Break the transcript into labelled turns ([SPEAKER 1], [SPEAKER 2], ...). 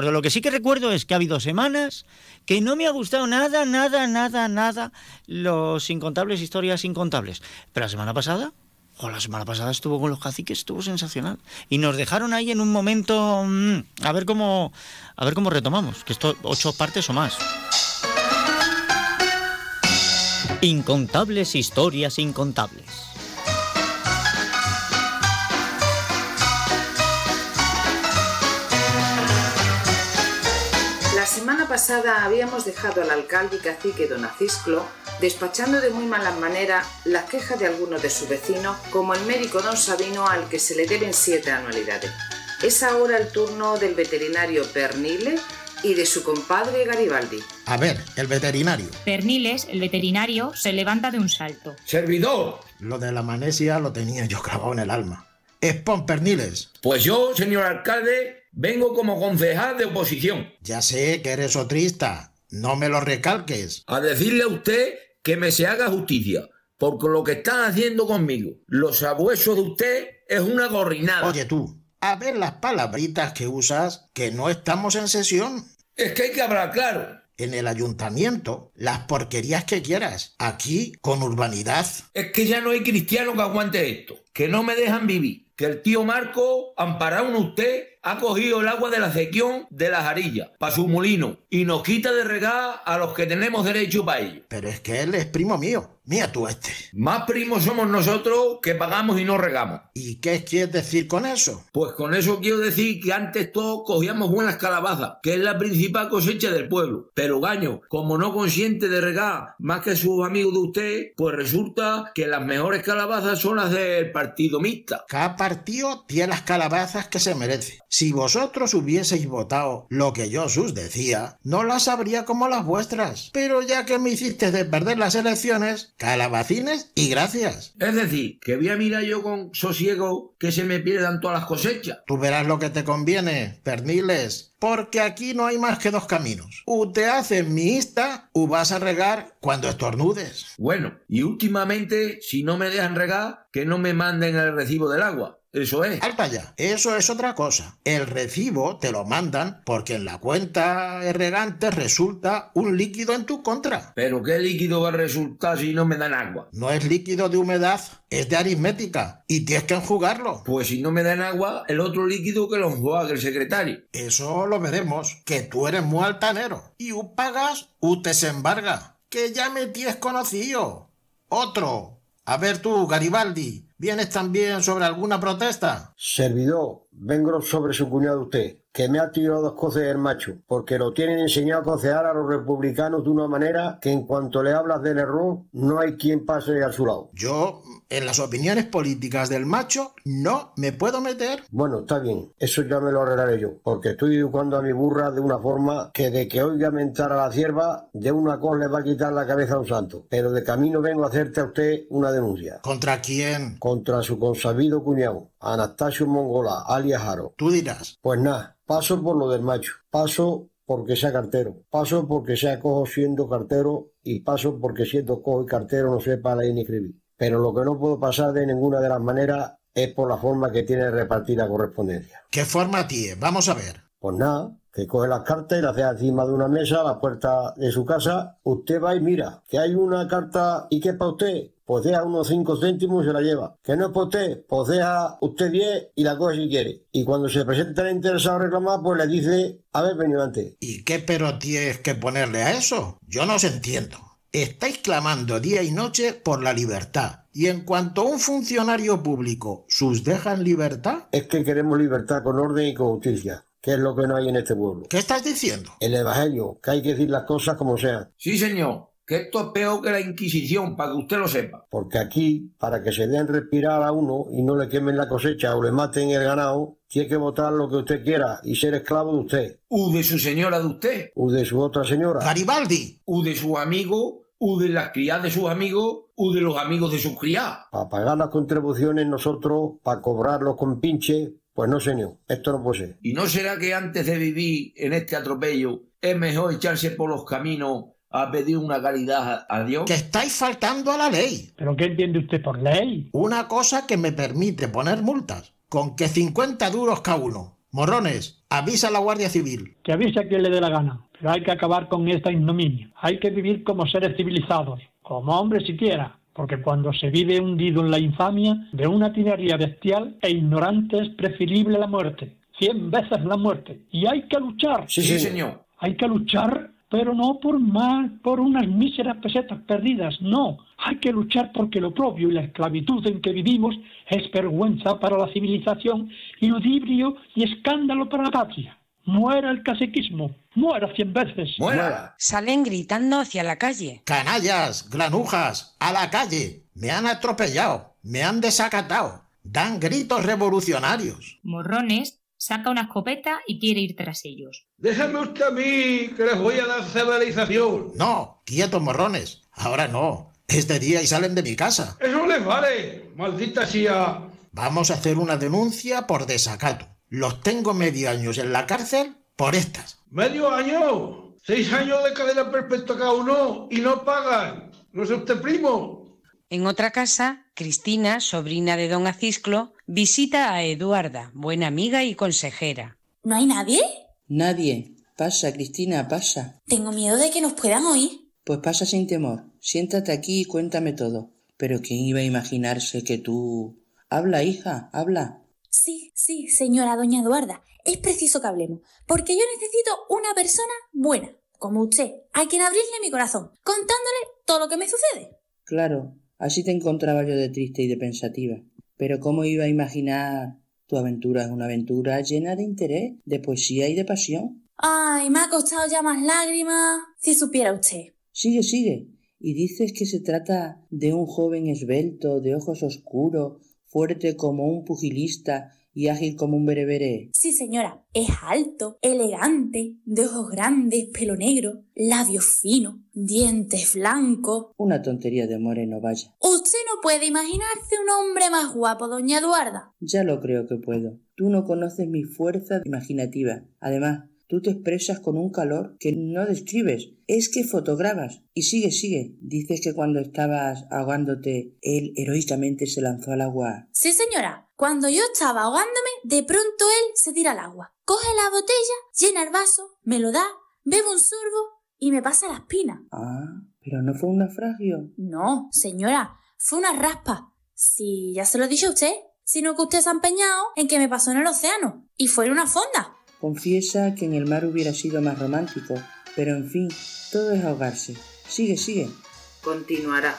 [SPEAKER 1] Pero lo que sí que recuerdo es que ha habido semanas que no me ha gustado nada, nada, nada, nada los incontables historias incontables. Pero la semana pasada, o la semana pasada estuvo con los caciques, estuvo sensacional. Y nos dejaron ahí en un momento mm, a ver cómo a ver cómo retomamos, que esto ocho partes o más. Incontables historias incontables.
[SPEAKER 2] La semana pasada habíamos dejado al alcalde y cacique don Acisclo despachando de muy mala manera las quejas de algunos de sus vecinos, como el médico don Sabino al que se le deben siete anualidades. Es ahora el turno del veterinario Pernile y de su compadre Garibaldi.
[SPEAKER 3] A ver, el veterinario.
[SPEAKER 4] Perniles, el veterinario, se levanta de un salto.
[SPEAKER 5] ¡Servidor!
[SPEAKER 3] Lo de la amnesia lo tenía yo grabado en el alma. Espon Perniles.
[SPEAKER 5] Pues yo, señor alcalde, vengo como concejal de oposición
[SPEAKER 3] Ya sé que eres otrista. No me lo recalques.
[SPEAKER 5] a decirle a usted que me se haga justicia, porque lo que están haciendo conmigo, los abuesos de usted, es una gorrinada.
[SPEAKER 3] Oye tú, a ver las palabritas que usas, que no estamos en sesión.
[SPEAKER 5] Es que hay que hablar claro.
[SPEAKER 3] En el ayuntamiento, las porquerías que quieras. Aquí, con urbanidad.
[SPEAKER 5] Es que ya no hay cristiano que aguante esto, que no me dejan vivir. Que el tío Marco, amparado en usted, ha cogido el agua de la sequión de las arillas para su molino y nos quita de regar a los que tenemos derecho para ello.
[SPEAKER 3] Pero es que él es primo mío. Mira tú este.
[SPEAKER 5] Más primos somos nosotros que pagamos y no regamos.
[SPEAKER 3] ¿Y qué quieres decir con eso?
[SPEAKER 5] Pues con eso quiero decir que antes todos cogíamos buenas calabazas, que es la principal cosecha del pueblo. Pero Gaño, como no consiente de regar más que sus amigos de usted, pues resulta que las mejores calabazas son las del Partido Mixta.
[SPEAKER 3] Cada partido tiene las calabazas que se merece. Si vosotros hubieseis votado lo que yo os decía, no las sabría como las vuestras. Pero ya que me hiciste de perder las elecciones, calabacines y gracias.
[SPEAKER 5] Es decir, que voy a mirar yo con sosiego que se me pierdan todas las cosechas.
[SPEAKER 3] Tú verás lo que te conviene, perniles, porque aquí no hay más que dos caminos. U te haces miista, u vas a regar cuando estornudes.
[SPEAKER 5] Bueno, y últimamente, si no me dejan regar, que no me manden el recibo del agua. Eso es.
[SPEAKER 3] Alta ya, eso es otra cosa. El recibo te lo mandan porque en la cuenta regante resulta un líquido en tu contra.
[SPEAKER 5] Pero qué líquido va a resultar si no me dan agua.
[SPEAKER 3] No es líquido de humedad, es de aritmética y tienes que enjugarlo.
[SPEAKER 5] Pues si no me dan agua, el otro líquido que lo enjuague el secretario.
[SPEAKER 3] Eso lo veremos, que tú eres muy altanero. Y u pagas, u te se embarga. Que ya me tienes conocido. Otro. A ver tú, Garibaldi, ¿vienes también sobre alguna protesta?
[SPEAKER 6] Servidor, vengo sobre su cuñado usted, que me ha tirado dos coces del macho, porque lo tienen enseñado a cocear a los republicanos de una manera que en cuanto le hablas del error, no hay quien pase a su lado.
[SPEAKER 3] Yo, en las opiniones políticas del macho, no me puedo meter.
[SPEAKER 6] Bueno, está bien, eso ya me lo arreglaré yo, porque estoy educando a mi burra de una forma que de que oiga mentar a la cierva, de una cosa le va a quitar la cabeza a un santo. Pero de camino vengo a hacerte a usted una denuncia
[SPEAKER 3] ¿Contra quién?
[SPEAKER 6] contra su consabido cuñado, Anastasio Mongola, alias Haro.
[SPEAKER 3] Tú dirás.
[SPEAKER 6] Pues nada, paso por lo del macho, paso porque sea cartero, paso porque sea cojo siendo cartero y paso porque siendo cojo y cartero no sepa leer ni escribir. Pero lo que no puedo pasar de ninguna de las maneras es por la forma que tiene de repartir la correspondencia.
[SPEAKER 3] ¿Qué forma tiene? Vamos a ver.
[SPEAKER 6] Pues nada, que coge las cartas y las deja encima de una mesa a la puerta de su casa. Usted va y mira, que hay una carta y que es para usted. Pues deja unos cinco céntimos y se la lleva. Que no es para usted, pues deja usted 10 y la coge si quiere. Y cuando se presenta el interesado a reclamar, pues le dice haber venido antes.
[SPEAKER 3] ¿Y qué pero tienes que ponerle a eso? Yo no os entiendo. Estáis clamando día y noche por la libertad. Y en cuanto a un funcionario público, ¿sus dejan libertad?
[SPEAKER 6] Es que queremos libertad con orden y con justicia, que es lo que no hay en este pueblo.
[SPEAKER 3] ¿Qué estás diciendo?
[SPEAKER 6] El Evangelio, que hay que decir las cosas como sean.
[SPEAKER 5] Sí, señor, que esto es peor que la Inquisición, para que usted lo sepa.
[SPEAKER 6] Porque aquí, para que se den respirar a uno y no le quemen la cosecha o le maten el ganado, tiene que votar lo que usted quiera y ser esclavo de usted,
[SPEAKER 5] U de su señora de usted,
[SPEAKER 6] o de su otra señora.
[SPEAKER 3] Garibaldi,
[SPEAKER 5] U de sus amigos, U de las criadas de sus amigos, U de los amigos de sus criadas.
[SPEAKER 6] Para pagar las contribuciones nosotros, para cobrar los compinches, pues no señor, esto no puede ser.
[SPEAKER 5] ¿Y no será que antes de vivir en este atropello es mejor echarse por los caminos a pedir una caridad a Dios?
[SPEAKER 3] que estáis faltando a la ley.
[SPEAKER 7] ¿Pero qué entiende usted por ley?
[SPEAKER 3] Una cosa que me permite poner multas, con que 50 duros cada uno. Morrones, avisa a la Guardia Civil.
[SPEAKER 7] Que avise a quien le dé la gana, pero hay que acabar con esta ignominia. Hay que vivir como seres civilizados, como hombres siquiera, porque cuando se vive hundido en la infamia de una tiranía bestial e ignorante es preferible la muerte, cien veces la muerte. Y hay que luchar,
[SPEAKER 5] Sí, sí, señor.
[SPEAKER 7] hay que luchar, pero no por más, por unas míseras pesetas perdidas, no. Hay que luchar porque lo propio y la esclavitud en que vivimos es vergüenza para la civilización y ludibrio y escándalo para la patria. Muera el caciquismo, muera cien veces.
[SPEAKER 5] Muera.
[SPEAKER 8] Salen gritando hacia la calle.
[SPEAKER 3] Canallas, granujas, a la calle. Me han atropellado, me han desacatado. Dan gritos revolucionarios.
[SPEAKER 4] Morrones saca una escopeta y quiere ir tras ellos.
[SPEAKER 9] Déjame usted a mí, que les voy a dar civilización.
[SPEAKER 3] No, quietos morrones. Ahora no. Es de día y salen de mi casa.
[SPEAKER 9] Eso les vale, maldita sea.
[SPEAKER 3] Vamos a hacer una denuncia por desacato. Los tengo medio años en la cárcel por estas.
[SPEAKER 9] Medio año, seis años de cadena perpetua cada uno y no pagan. No es usted primo.
[SPEAKER 8] En otra casa, Cristina, sobrina de don Acisclo, visita a Eduarda, buena amiga y consejera.
[SPEAKER 10] ¿No hay nadie?
[SPEAKER 11] Nadie. Pasa, Cristina, pasa.
[SPEAKER 10] Tengo miedo de que nos puedan oír.
[SPEAKER 11] Pues pasa sin temor. Siéntate aquí y cuéntame todo. Pero ¿quién iba a imaginarse que tú... Habla, hija, habla.
[SPEAKER 10] Sí, sí, señora doña Eduarda, es preciso que hablemos, porque yo necesito una persona buena, como usted, a quien abrirle mi corazón, contándole todo lo que me sucede.
[SPEAKER 11] Claro, así te encontraba yo de triste y de pensativa. Pero ¿cómo iba a imaginar? Tu aventura es una aventura llena de interés, de poesía y de pasión.
[SPEAKER 10] Ay, me ha costado ya más lágrimas, si supiera usted.
[SPEAKER 11] Sigue, sigue. Y dices que se trata de un joven esbelto, de ojos oscuros, fuerte como un pugilista y ágil como un bereberé.
[SPEAKER 10] Sí, señora, es alto, elegante, de ojos grandes, pelo negro, labios finos, dientes blancos.
[SPEAKER 11] Una tontería de moreno, vaya.
[SPEAKER 10] Usted no puede imaginarse un hombre más guapo, doña Eduarda.
[SPEAKER 11] Ya lo creo que puedo. Tú no conoces mi fuerza imaginativa. Además, tú te expresas con un calor que no describes. Es que fotografas. Y sigue, sigue. Dices que cuando estabas ahogándote, él heroicamente se lanzó al agua.
[SPEAKER 10] Sí, señora. Cuando yo estaba ahogándome, de pronto él se tira al agua. Coge la botella, llena el vaso, me lo da, bebo un sorbo y me pasa la espina.
[SPEAKER 11] Ah, pero no fue un naufragio.
[SPEAKER 10] No, señora, fue una raspa. Si ya se lo dije a usted, sino que usted se ha empeñado en que me pasó en el océano y fue en una fonda.
[SPEAKER 11] Confiesa que en el mar hubiera sido más romántico. Pero en fin, todo es ahogarse. Sigue, sigue.
[SPEAKER 2] Continuará.